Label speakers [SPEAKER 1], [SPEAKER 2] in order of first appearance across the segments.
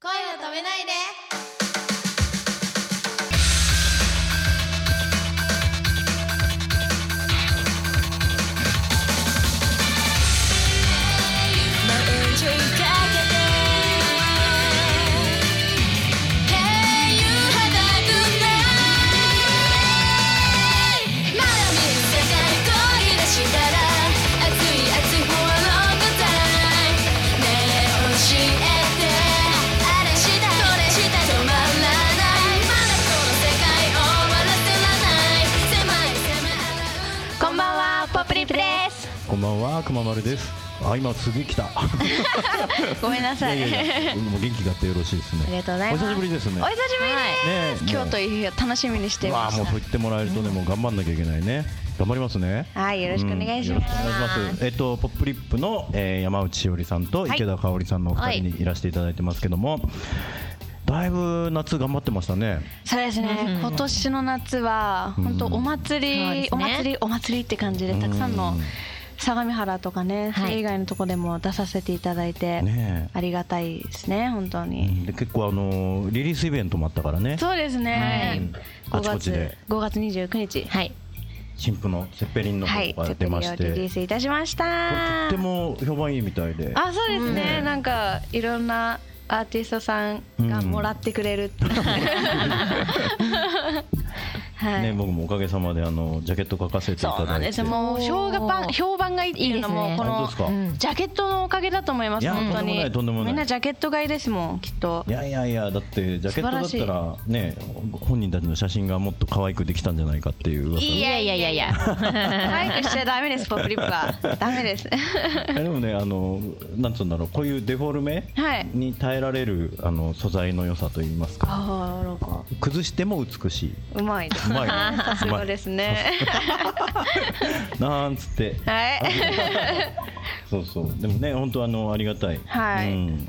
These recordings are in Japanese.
[SPEAKER 1] 声を止めないで
[SPEAKER 2] まだ見せたい恋出したら熱い熱いフォローのタイねえ教えてあれしたこれした止まらないまだこの世界終わらせらない狭い狭い
[SPEAKER 3] こんばんはポップリップです
[SPEAKER 4] こんばんは、くままるです。あ、今すげえ来た。
[SPEAKER 3] ごめんなさい
[SPEAKER 4] いやいやいやもう元気があってよろしいですね。
[SPEAKER 3] ありがとうございます
[SPEAKER 4] お久しぶりですね。
[SPEAKER 3] お久しぶり
[SPEAKER 4] ね
[SPEAKER 3] です、今日と
[SPEAKER 4] い
[SPEAKER 3] いう日を楽しみにしてい
[SPEAKER 4] わ
[SPEAKER 3] ま
[SPEAKER 4] あ、
[SPEAKER 3] し
[SPEAKER 4] もう
[SPEAKER 3] た
[SPEAKER 4] そう言ってもらえるとね、もう頑張んなきゃいけないね。頑張りますね。
[SPEAKER 3] はいよろしくお願いし
[SPEAKER 4] うんよろ
[SPEAKER 3] ます
[SPEAKER 4] くお願いします。えっとポップリップの、えー、山内しおりさんと池田香織さんのお二人にいらしていただいてますけども、だいぶ夏頑張ってましたね。
[SPEAKER 3] そうですね今年の夏は本当お
[SPEAKER 1] そう
[SPEAKER 3] 祭
[SPEAKER 1] で
[SPEAKER 3] り
[SPEAKER 1] す
[SPEAKER 3] お
[SPEAKER 1] ね
[SPEAKER 3] 祭りお祭りって感じでたくさんの相模原とかね
[SPEAKER 1] はい
[SPEAKER 3] それ以外のとこでも出させていただいて
[SPEAKER 4] ね
[SPEAKER 3] ありがたいですね本当
[SPEAKER 4] う
[SPEAKER 3] に
[SPEAKER 4] んで結構あのーリリースイベントもあったからね。
[SPEAKER 3] そうですね
[SPEAKER 4] はいあ
[SPEAKER 3] 5
[SPEAKER 4] ちこち
[SPEAKER 3] 月
[SPEAKER 4] で
[SPEAKER 3] 5月29日
[SPEAKER 1] はい
[SPEAKER 4] 新婦のセッペリンの
[SPEAKER 3] はい
[SPEAKER 4] 方
[SPEAKER 3] ち
[SPEAKER 4] が
[SPEAKER 3] ょっと
[SPEAKER 4] 出まし
[SPEAKER 3] リ
[SPEAKER 4] て、
[SPEAKER 3] リースいたしました
[SPEAKER 4] とっても評判いいみたいで。
[SPEAKER 3] あそうですね、なんかいろんなアーティストさんがもらってくれる って、はい、
[SPEAKER 4] ね、僕もおかげさまであのジャケット書かせていただい
[SPEAKER 3] そ
[SPEAKER 4] て
[SPEAKER 3] うなんですもう評判評判がいいっていうのも
[SPEAKER 1] いいですね
[SPEAKER 3] こ
[SPEAKER 4] 本当
[SPEAKER 3] の
[SPEAKER 4] ですか、
[SPEAKER 3] ジャケットのおかげだと思いま
[SPEAKER 4] い
[SPEAKER 3] す
[SPEAKER 4] や
[SPEAKER 3] 本当
[SPEAKER 4] とんでもない
[SPEAKER 3] に
[SPEAKER 4] とんでもない
[SPEAKER 3] みんなジャケット買いですもんきっと
[SPEAKER 4] いやいやいやだってジャケットだ
[SPEAKER 3] 素晴
[SPEAKER 4] ったらね本人たちの写真がもっと可愛くできたんじゃないかっていう噂
[SPEAKER 1] いやいやいやいや
[SPEAKER 3] 早くしちゃダメですポップリップ はダメです
[SPEAKER 4] えでもねあのなんつうんだろうこういうデフォルメ
[SPEAKER 3] はい
[SPEAKER 4] に耐えられるあの素材の良さといいますか
[SPEAKER 3] ああなんか
[SPEAKER 4] 崩しても美しいう
[SPEAKER 3] まいです
[SPEAKER 4] うまいね
[SPEAKER 3] さす
[SPEAKER 4] うま
[SPEAKER 3] が
[SPEAKER 4] い
[SPEAKER 3] ですね
[SPEAKER 4] なんつって
[SPEAKER 3] はい
[SPEAKER 4] そうそうでもね本当あのありがたい
[SPEAKER 3] はい
[SPEAKER 4] うん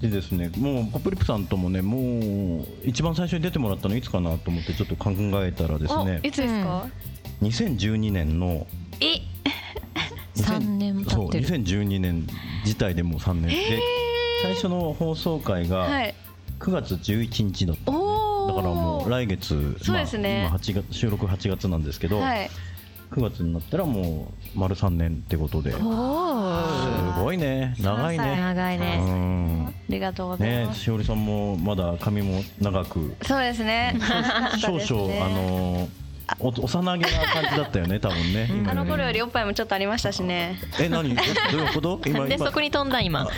[SPEAKER 4] でですね、もうポップリップさんともねもう一番最初に出てもらったのいつかなと思ってちょっと考えたらです
[SPEAKER 3] お
[SPEAKER 4] ね
[SPEAKER 3] いつですか、
[SPEAKER 4] 2012年の
[SPEAKER 3] え
[SPEAKER 4] 2000
[SPEAKER 1] 3年
[SPEAKER 4] そ
[SPEAKER 1] 経
[SPEAKER 4] う
[SPEAKER 1] ってる
[SPEAKER 4] 2012年自体でもう3年で最初の放送回
[SPEAKER 3] は
[SPEAKER 4] が
[SPEAKER 3] い
[SPEAKER 4] 9月11日だったんで
[SPEAKER 3] おお
[SPEAKER 4] だからもう来月
[SPEAKER 3] そうですね
[SPEAKER 4] まあ、今8月収録8月なんですけど、
[SPEAKER 3] はい
[SPEAKER 4] 9月になったらもう丸3年ってことです
[SPEAKER 1] おー
[SPEAKER 4] ごいね長いね
[SPEAKER 1] 長いうね
[SPEAKER 4] ん
[SPEAKER 3] ありがとうござい
[SPEAKER 4] ね
[SPEAKER 3] ます。
[SPEAKER 4] しおりさんもまだ髪も長 く
[SPEAKER 3] そうで すね。
[SPEAKER 4] 少々、あのお幼げな感じだったよね多分ね今より
[SPEAKER 3] あの頃よりおっぱいもちょっとありましたしね。
[SPEAKER 4] え何 えどういうこと今
[SPEAKER 1] で
[SPEAKER 4] 今
[SPEAKER 1] そこに飛んだ今
[SPEAKER 4] あ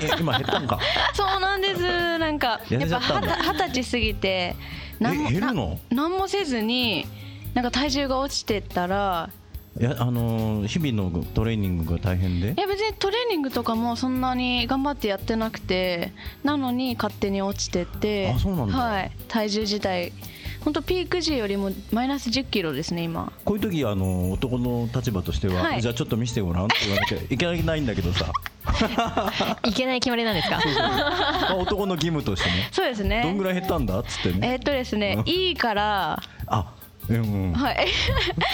[SPEAKER 4] え今減ったん か
[SPEAKER 3] そうなんです。なんか
[SPEAKER 4] 痩
[SPEAKER 3] やっ
[SPEAKER 4] せちゃ
[SPEAKER 3] ぱ
[SPEAKER 4] ったんだ
[SPEAKER 3] 二十歳過ぎて
[SPEAKER 4] え
[SPEAKER 3] 何も
[SPEAKER 4] 減る
[SPEAKER 3] な
[SPEAKER 4] の
[SPEAKER 3] 何もせずになんか体重が落ちてったら、
[SPEAKER 4] いやあのー日々のトレーニングが大変で
[SPEAKER 3] いや別にトレーニングとかもそんなに頑張ってやってなくて、なのに勝手に落ちてって、
[SPEAKER 4] あそうなんだ
[SPEAKER 3] はい、体重自体。本当ピーク時よりもマイナス10キロですね今
[SPEAKER 4] こういう時あのー男の立場としては、
[SPEAKER 3] はい
[SPEAKER 4] じゃあちょっと見せてごらんって言わなきゃいけないんだけど さ
[SPEAKER 1] いけない決まりなんですか
[SPEAKER 4] まあ男の義務としてね
[SPEAKER 3] そうですね
[SPEAKER 4] どんぐらい減ったんだっつってね
[SPEAKER 3] えーっとですねいいから
[SPEAKER 4] あうんうん
[SPEAKER 3] はい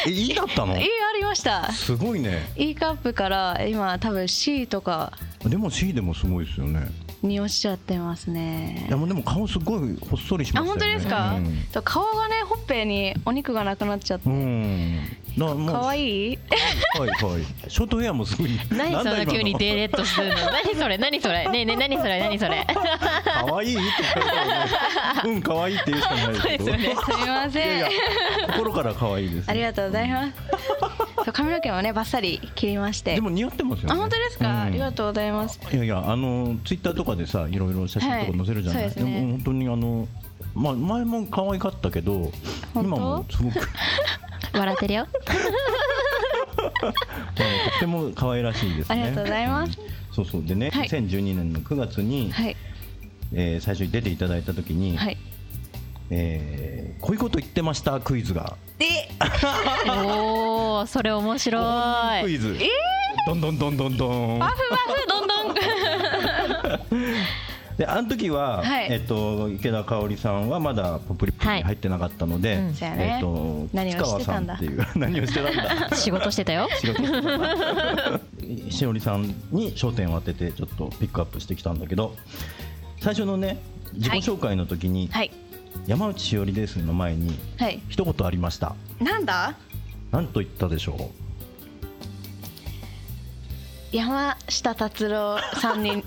[SPEAKER 4] えいいだったの
[SPEAKER 3] E ありました
[SPEAKER 4] すごいね
[SPEAKER 3] E カップから今多分 C とか
[SPEAKER 4] でも C でもすごいですよね
[SPEAKER 3] に落ちちゃってます
[SPEAKER 4] い
[SPEAKER 3] ね
[SPEAKER 4] やもうでも顔すごいほっそりし
[SPEAKER 3] あ
[SPEAKER 4] ましたよね
[SPEAKER 3] 本当ですか、と顔がねほっぺにお肉がなくなっちゃって
[SPEAKER 4] うん、うん、だからもう
[SPEAKER 3] 可
[SPEAKER 4] い
[SPEAKER 3] 愛い
[SPEAKER 4] はいはいショートヘアもすごい
[SPEAKER 1] 何
[SPEAKER 4] だ
[SPEAKER 1] その
[SPEAKER 4] 今
[SPEAKER 1] 急にデーレットするの何それ何それねえねえ何それ何それ
[SPEAKER 4] 可愛いって言った らねうん可愛いって言うしかないけど
[SPEAKER 1] そうですよね
[SPEAKER 3] すみません
[SPEAKER 4] いやいや心から可愛いです、ね、
[SPEAKER 3] ありがとうござい ますそう髪の毛もねバッサリ切りまして
[SPEAKER 4] でも似合ってますよね
[SPEAKER 3] あ本当ですか、
[SPEAKER 4] うん
[SPEAKER 3] ありがとうございます
[SPEAKER 4] いやいやあのツイッターとかでさいろいろ写真とか載せるじゃない、
[SPEAKER 3] はいそうですね
[SPEAKER 4] も本当にあのまあ前も可愛かったけど
[SPEAKER 3] 本当
[SPEAKER 4] 今もすごく
[SPEAKER 1] 笑ってるよ
[SPEAKER 4] あのとっても可愛らしいです
[SPEAKER 3] あ
[SPEAKER 4] ね
[SPEAKER 3] りがとうございます
[SPEAKER 4] うんそうそうでね、
[SPEAKER 3] はい
[SPEAKER 4] 2012年の9月に、
[SPEAKER 3] はい
[SPEAKER 4] えー最初に出ていただいた時に、
[SPEAKER 3] はい
[SPEAKER 4] えーこういうこと言ってましたクイズが
[SPEAKER 3] で
[SPEAKER 1] おおそれ面白
[SPEAKER 4] ク
[SPEAKER 1] い
[SPEAKER 4] イズどんどんどんどんどん
[SPEAKER 3] バフバフどんどん
[SPEAKER 4] であの時は、
[SPEAKER 3] はい
[SPEAKER 4] えっと池田香織さんはまだポップリップに入ってなかったので、
[SPEAKER 1] はいうん
[SPEAKER 3] そうやね
[SPEAKER 4] えっと
[SPEAKER 3] 何をしてたん
[SPEAKER 4] 吉川さん
[SPEAKER 3] だ
[SPEAKER 4] っていう 何をしてたんだ
[SPEAKER 1] 仕事して たよ
[SPEAKER 4] 仕事してたしおりさんに焦点を当ててちょっとピックアップしてきたんだけど最初のね自己紹介の時に、
[SPEAKER 3] はい
[SPEAKER 4] 山内しおりですの前に
[SPEAKER 3] はい
[SPEAKER 4] 一言ありました
[SPEAKER 3] なんだ
[SPEAKER 4] なんと言ったでしょ
[SPEAKER 3] 山下達郎さん に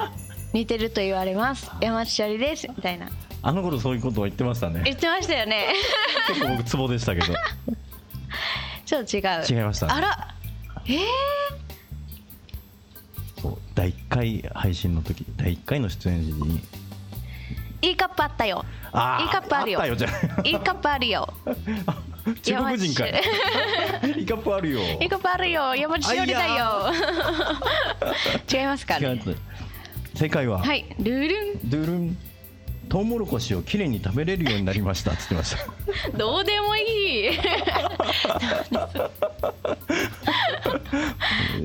[SPEAKER 3] 似てると言われます山下りですみたいな
[SPEAKER 4] うあの頃そういうことを言ってましたね
[SPEAKER 3] 言ってましたよね
[SPEAKER 4] 結構僕ツボでしたけど
[SPEAKER 3] ちょっと違う
[SPEAKER 4] 違いましたね
[SPEAKER 3] あらえー、
[SPEAKER 4] そう第1回配信の時第1回の出演時に
[SPEAKER 3] いいカップあったよ
[SPEAKER 4] あー
[SPEAKER 3] いいカップあるよ
[SPEAKER 4] ったよじゃあ
[SPEAKER 3] いいカップあるよ
[SPEAKER 4] 中国人かい いいカップあるよ
[SPEAKER 3] いいカップあるよ山下しおりだよ違いますか
[SPEAKER 4] 違
[SPEAKER 3] ね
[SPEAKER 4] う正解は、
[SPEAKER 3] はいルル
[SPEAKER 4] ドゥルントウモロコシをきれいに食べれるようになりましたっつってました
[SPEAKER 3] ンどうでもいい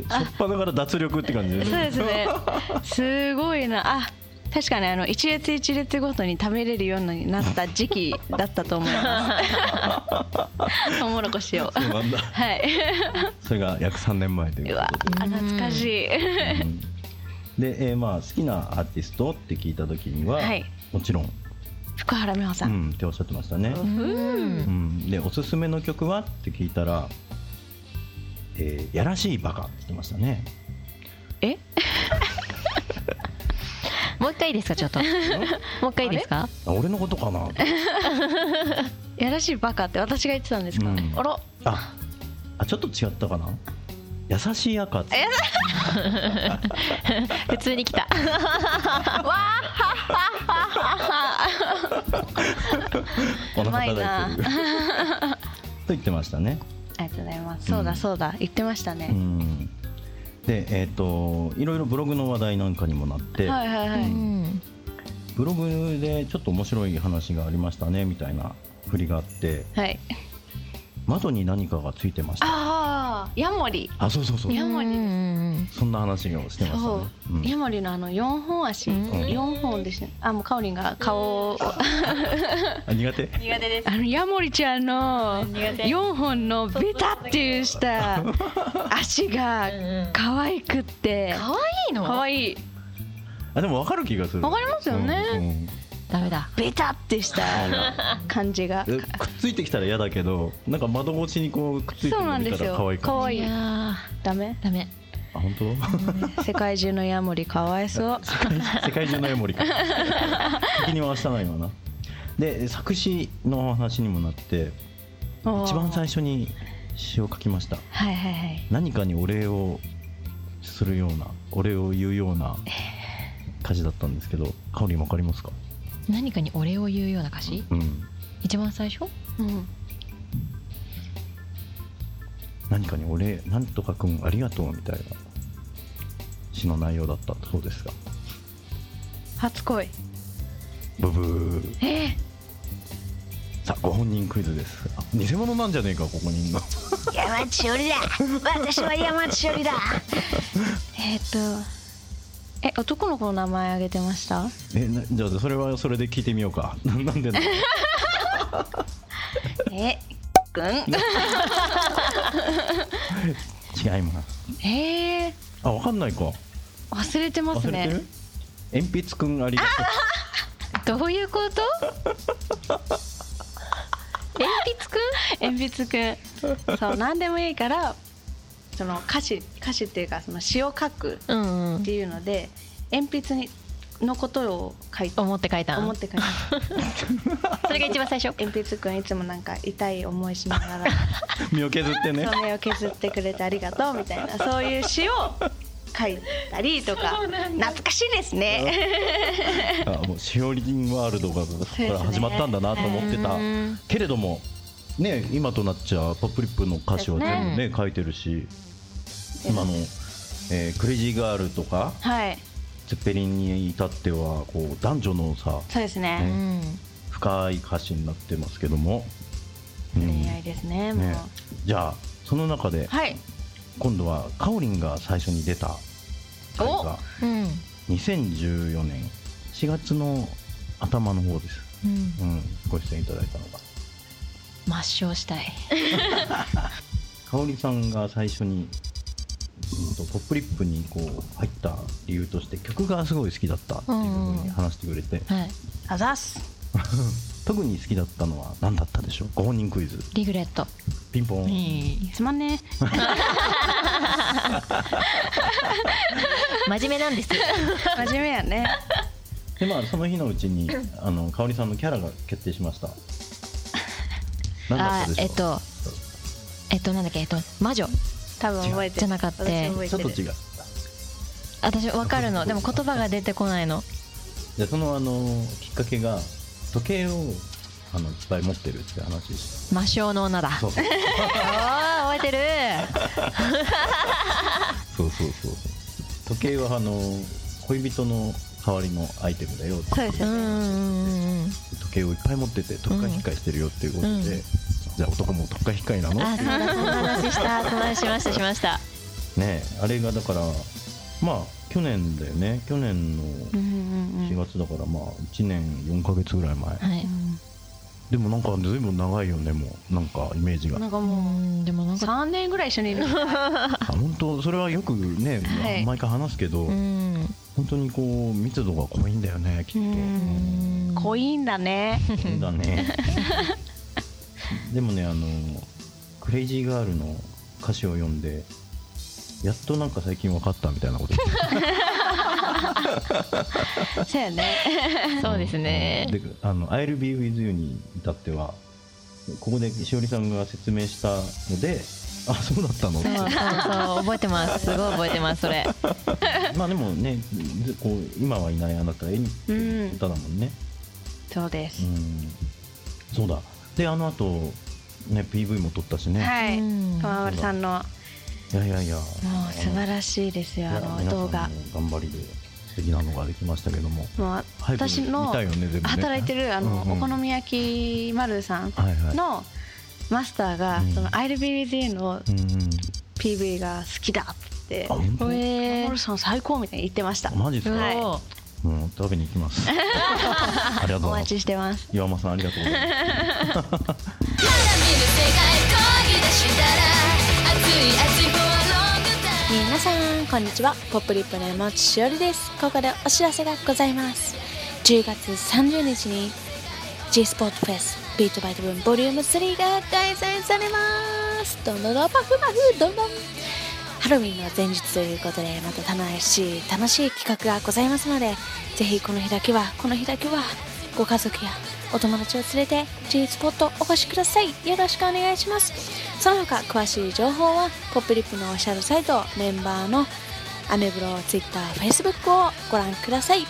[SPEAKER 4] 初っ端から脱力って感じで
[SPEAKER 3] そうですねすごいなあ確かにあの一列一列ごとに食べれるようになった時期だったと思いま すトウモロコシを
[SPEAKER 4] そうなんだ
[SPEAKER 3] はい。
[SPEAKER 4] それが約3年前というう
[SPEAKER 3] わ
[SPEAKER 4] こ、
[SPEAKER 3] 懐かしい。
[SPEAKER 4] とで、うんで、えーまあ好きなアーティストって聞いた時には、
[SPEAKER 3] はい
[SPEAKER 4] もちろん、
[SPEAKER 3] 福原美穂さ。
[SPEAKER 4] うんん、っておっしゃってましたね、
[SPEAKER 1] うん
[SPEAKER 4] うん、でおすすめの曲はって聞いたら「えーやらしいバカ」って言ってましたね
[SPEAKER 3] え？
[SPEAKER 1] もう一回いいですかちょっ と。もう一回いいですか。
[SPEAKER 4] あ俺のことか な
[SPEAKER 3] やらしいバカって私が言ってたんですか？
[SPEAKER 4] うん
[SPEAKER 3] あら、
[SPEAKER 4] ああちょっと違ったかな優しい赤っつって
[SPEAKER 1] 普通に来た。
[SPEAKER 4] お腹
[SPEAKER 3] うま
[SPEAKER 4] 叩い
[SPEAKER 3] い
[SPEAKER 4] てると 言ってましたね
[SPEAKER 3] ありがとうございます。そうだそうだ、言ってました
[SPEAKER 4] う
[SPEAKER 3] ね。
[SPEAKER 4] んでえっ、といろいろブログの話題なんかにもなって、
[SPEAKER 3] はいはいは
[SPEAKER 1] う
[SPEAKER 3] い。
[SPEAKER 1] ん
[SPEAKER 4] ブログでちょっと面白い話がありましたねみたいな振りがあって
[SPEAKER 3] はい。
[SPEAKER 4] 窓に何かがついてました
[SPEAKER 3] ああ、ヤモリ。
[SPEAKER 4] あそうそうそう
[SPEAKER 3] ヤモリ
[SPEAKER 1] うんうん
[SPEAKER 4] そんな話をしてました
[SPEAKER 3] そ
[SPEAKER 4] ねう
[SPEAKER 3] う、
[SPEAKER 4] ん
[SPEAKER 3] ヤモリのあの四本足、
[SPEAKER 1] うん
[SPEAKER 3] 四本ですね。あ、もうカオリンが顔を。
[SPEAKER 4] あ苦手
[SPEAKER 2] 苦手 です
[SPEAKER 3] あのヤモリちゃんの
[SPEAKER 2] 苦手
[SPEAKER 3] 四本のベタっていうした足が可愛くって
[SPEAKER 1] うん。。可愛いの。
[SPEAKER 3] 可愛い。
[SPEAKER 4] あでも分かる気がする
[SPEAKER 3] わかりますよね
[SPEAKER 4] うんうん
[SPEAKER 1] ダメだ。
[SPEAKER 3] ベタってした 感じが
[SPEAKER 4] えくっついてきたら嫌だけどなんか窓越しにこうくっついて
[SPEAKER 3] そうなん
[SPEAKER 4] く
[SPEAKER 3] で
[SPEAKER 4] れ
[SPEAKER 3] す
[SPEAKER 4] たら
[SPEAKER 3] よ
[SPEAKER 4] 可愛いかも
[SPEAKER 3] 可愛
[SPEAKER 1] い
[SPEAKER 3] い
[SPEAKER 1] やー
[SPEAKER 3] ダメ
[SPEAKER 1] ダメ。
[SPEAKER 4] あ本当
[SPEAKER 3] 世界中のヤモリかわ いそう
[SPEAKER 4] 世界中のヤモリか敵に回したな今なで作詞のお話にもなって一番最初に詩を書きました
[SPEAKER 3] はいはいはい
[SPEAKER 4] 何かにお礼をするようなお礼を言うような歌詞だったんですけどかおりんわかりますか
[SPEAKER 1] 何かにお礼を言うような歌詞。
[SPEAKER 4] うん
[SPEAKER 1] 一番最初。
[SPEAKER 3] うん
[SPEAKER 4] 何かにお礼なんとかくんありがとうみたいな詩の内容だったそうですが
[SPEAKER 3] 初恋
[SPEAKER 4] ブブー
[SPEAKER 3] えー
[SPEAKER 4] さあご本人クイズですあ偽物なんじゃねえかここにいんの
[SPEAKER 2] 山地よりだ私は山地よりだ
[SPEAKER 3] えーっとえ男の子の名前あげてました
[SPEAKER 4] えなじゃあそれはそれで聞いてみようかな なんでなの
[SPEAKER 3] えくん
[SPEAKER 4] 違います
[SPEAKER 3] えー
[SPEAKER 4] あわかんないか
[SPEAKER 3] 忘れてます
[SPEAKER 4] 忘れてる、
[SPEAKER 3] ね
[SPEAKER 4] 鉛筆くんありがと
[SPEAKER 1] どういうこと鉛筆くん
[SPEAKER 3] 鉛筆くんそう何でもいいからその歌詞歌詞っていうかその詩を書く
[SPEAKER 1] うん、うん
[SPEAKER 3] っ、ていうので鉛筆にのことを書いて
[SPEAKER 1] 思って書いたん
[SPEAKER 3] 思って書いて
[SPEAKER 1] それが一番最初
[SPEAKER 3] 鉛筆くんいつもなんか痛い思いしな がら
[SPEAKER 4] う身を削ってね
[SPEAKER 3] そ目を削ってくれてありがとうみた いなそういう詩を書いたりとか懐かしいですね。
[SPEAKER 4] あもうしおりんワールドがそこから始まったんだなと思ってた、
[SPEAKER 1] うん
[SPEAKER 4] けれどもね今となっちゃポップリップの歌詞は全部ね書いてるし今の、えークレイジーガール」とか
[SPEAKER 3] はい、
[SPEAKER 4] 「ゼッペリン」に至ってはこう男女のさ
[SPEAKER 3] そうです
[SPEAKER 1] う
[SPEAKER 3] ね。
[SPEAKER 1] ん
[SPEAKER 4] 深い歌詞になってますけども、うん
[SPEAKER 3] 恋愛ですね。もう
[SPEAKER 4] ね、じゃあその中で
[SPEAKER 3] はい。
[SPEAKER 4] 今度はかおりんが最初に出た回が
[SPEAKER 1] うん
[SPEAKER 4] 2014年4月の頭の方です、
[SPEAKER 1] うん
[SPEAKER 4] うん、ご出演いただいたのが
[SPEAKER 1] 抹消したい
[SPEAKER 4] かおりさんが最初にとポップリップにこう入った理由として曲がすごい好きだったっていうふうに話してくれて、
[SPEAKER 1] はい。
[SPEAKER 3] あざっす
[SPEAKER 4] 特に好きだったのは何だったでしょうご本人クイズ
[SPEAKER 1] リグレット。
[SPEAKER 4] ピンポン、
[SPEAKER 3] つまんねえ
[SPEAKER 1] 真面目なんです。
[SPEAKER 3] 真面目や ね
[SPEAKER 4] でまあその日のうちにあの香織さんのキャラが決定しました何だったでしょう
[SPEAKER 1] あえっとえっとなんだっけえっと魔女。
[SPEAKER 3] 多分覚えてる
[SPEAKER 1] じゃなかった
[SPEAKER 3] 私覚え
[SPEAKER 4] ちょ
[SPEAKER 3] て
[SPEAKER 4] っ
[SPEAKER 3] る
[SPEAKER 4] と違う
[SPEAKER 1] 私わかるの。でも言葉が出てこないの。
[SPEAKER 4] でそのあのきっかけが時計をあのいっぱい持ってるって話でし
[SPEAKER 1] 魔性の女だ
[SPEAKER 4] た。そうそう
[SPEAKER 1] ああ覚えてる。
[SPEAKER 4] そうそうそう時計はあの恋人の代わりのアイテムだよって
[SPEAKER 3] そうです
[SPEAKER 1] う
[SPEAKER 3] よ
[SPEAKER 1] んう
[SPEAKER 3] ね
[SPEAKER 1] んうんうん。
[SPEAKER 4] 時計をいっぱい持ってて特価引っかえしてるよっていうことで、
[SPEAKER 1] うん
[SPEAKER 4] じゃあ男も特価引っかえなの
[SPEAKER 1] あ
[SPEAKER 4] っ
[SPEAKER 1] ー
[SPEAKER 4] て
[SPEAKER 1] そ
[SPEAKER 4] い
[SPEAKER 1] ん
[SPEAKER 4] う
[SPEAKER 1] なそんな話した。そんな話しましたしました。
[SPEAKER 4] ねあれがだからまあ去年だよね去年の
[SPEAKER 3] うんうん
[SPEAKER 4] 4月だからまあ1年4ヶ月ぐらい前
[SPEAKER 1] はい。
[SPEAKER 4] でもなんか随分長いよねもうなんかイメージ
[SPEAKER 3] う
[SPEAKER 4] が
[SPEAKER 3] んなんか
[SPEAKER 1] う
[SPEAKER 3] もうん
[SPEAKER 1] でもなんか。
[SPEAKER 3] 3年ぐらい一緒にいる
[SPEAKER 4] あ本当それはよくね、
[SPEAKER 3] はい
[SPEAKER 4] 毎回話すけど、
[SPEAKER 1] うん。
[SPEAKER 4] 本当にこう密度が濃いんだよねきっと、
[SPEAKER 3] うん濃いんだね
[SPEAKER 4] そうだねでもねあのクレイジーガールの歌詞を読んでやっとなんか最近分かったみたいなこと言ってた
[SPEAKER 3] そうやね
[SPEAKER 1] そうですね。
[SPEAKER 4] であの「I'll be with you」に至ってはここでしおりさんが説明したのであそうだったのって
[SPEAKER 1] そうそうそう覚えてますすごい覚えてますそれ
[SPEAKER 4] まあでもねずこう今はいないあなたへにっていう歌だもんね、
[SPEAKER 3] そうです
[SPEAKER 4] うんそうだであのあと、ね、PV も撮ったしね、
[SPEAKER 3] はい
[SPEAKER 1] うん
[SPEAKER 3] 川丸さんの
[SPEAKER 4] い、
[SPEAKER 3] も
[SPEAKER 4] やいやいやも
[SPEAKER 3] う素晴らしいですよあの動画
[SPEAKER 4] 頑張りで素敵なのができましたけども
[SPEAKER 3] もう
[SPEAKER 4] 早く
[SPEAKER 3] 私
[SPEAKER 4] 見
[SPEAKER 3] の
[SPEAKER 4] たいよね全部ね
[SPEAKER 3] 働いてるあの
[SPEAKER 4] うんうん
[SPEAKER 3] お好み焼き丸さん
[SPEAKER 4] はいはい
[SPEAKER 3] のマスターが
[SPEAKER 4] うん
[SPEAKER 3] 「その I'll be with you」の
[SPEAKER 4] うんうん
[SPEAKER 3] PV が好きだって
[SPEAKER 4] あ本当、
[SPEAKER 3] 「
[SPEAKER 1] え
[SPEAKER 3] モルさん最高」みたいに言ってました
[SPEAKER 4] マジですか、
[SPEAKER 3] はい
[SPEAKER 1] そ
[SPEAKER 4] もう食べに行きます ありがとうござ
[SPEAKER 3] お
[SPEAKER 4] いま
[SPEAKER 3] 待
[SPEAKER 4] す
[SPEAKER 3] ちしてます
[SPEAKER 4] 岩間さんありがとうございます
[SPEAKER 2] まだ見ぬ世界漕ぎ出したら熱い熱いフォアロングタイム
[SPEAKER 5] 皆さんこんにちはポップリップの山内しおりですここでお知らせがございます10月30日に G スポーツフェスビートバイトブームボリューム3が開催されますどんどんどんパフパフどんどんハロウィンの前日ということでまた楽しい楽しい企画がございますのでぜひこの日だけはこの日だけはご家族やお友達を連れて G スポットお越しくださいよろしくお願いしますその他詳しい情報はポップリップのオフィシャルサイトメンバーのアメブロ TwitterFacebook をご覧ください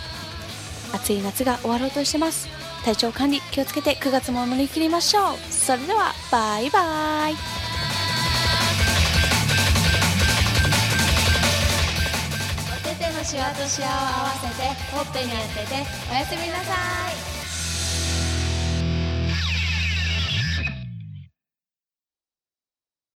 [SPEAKER 5] 暑い夏が終わろうとしてます体調管理気をつけて9月も乗り切りましょうそれではバイバイ
[SPEAKER 2] お手手のシワとシワを合わせてほっぺに当てておやすみなさい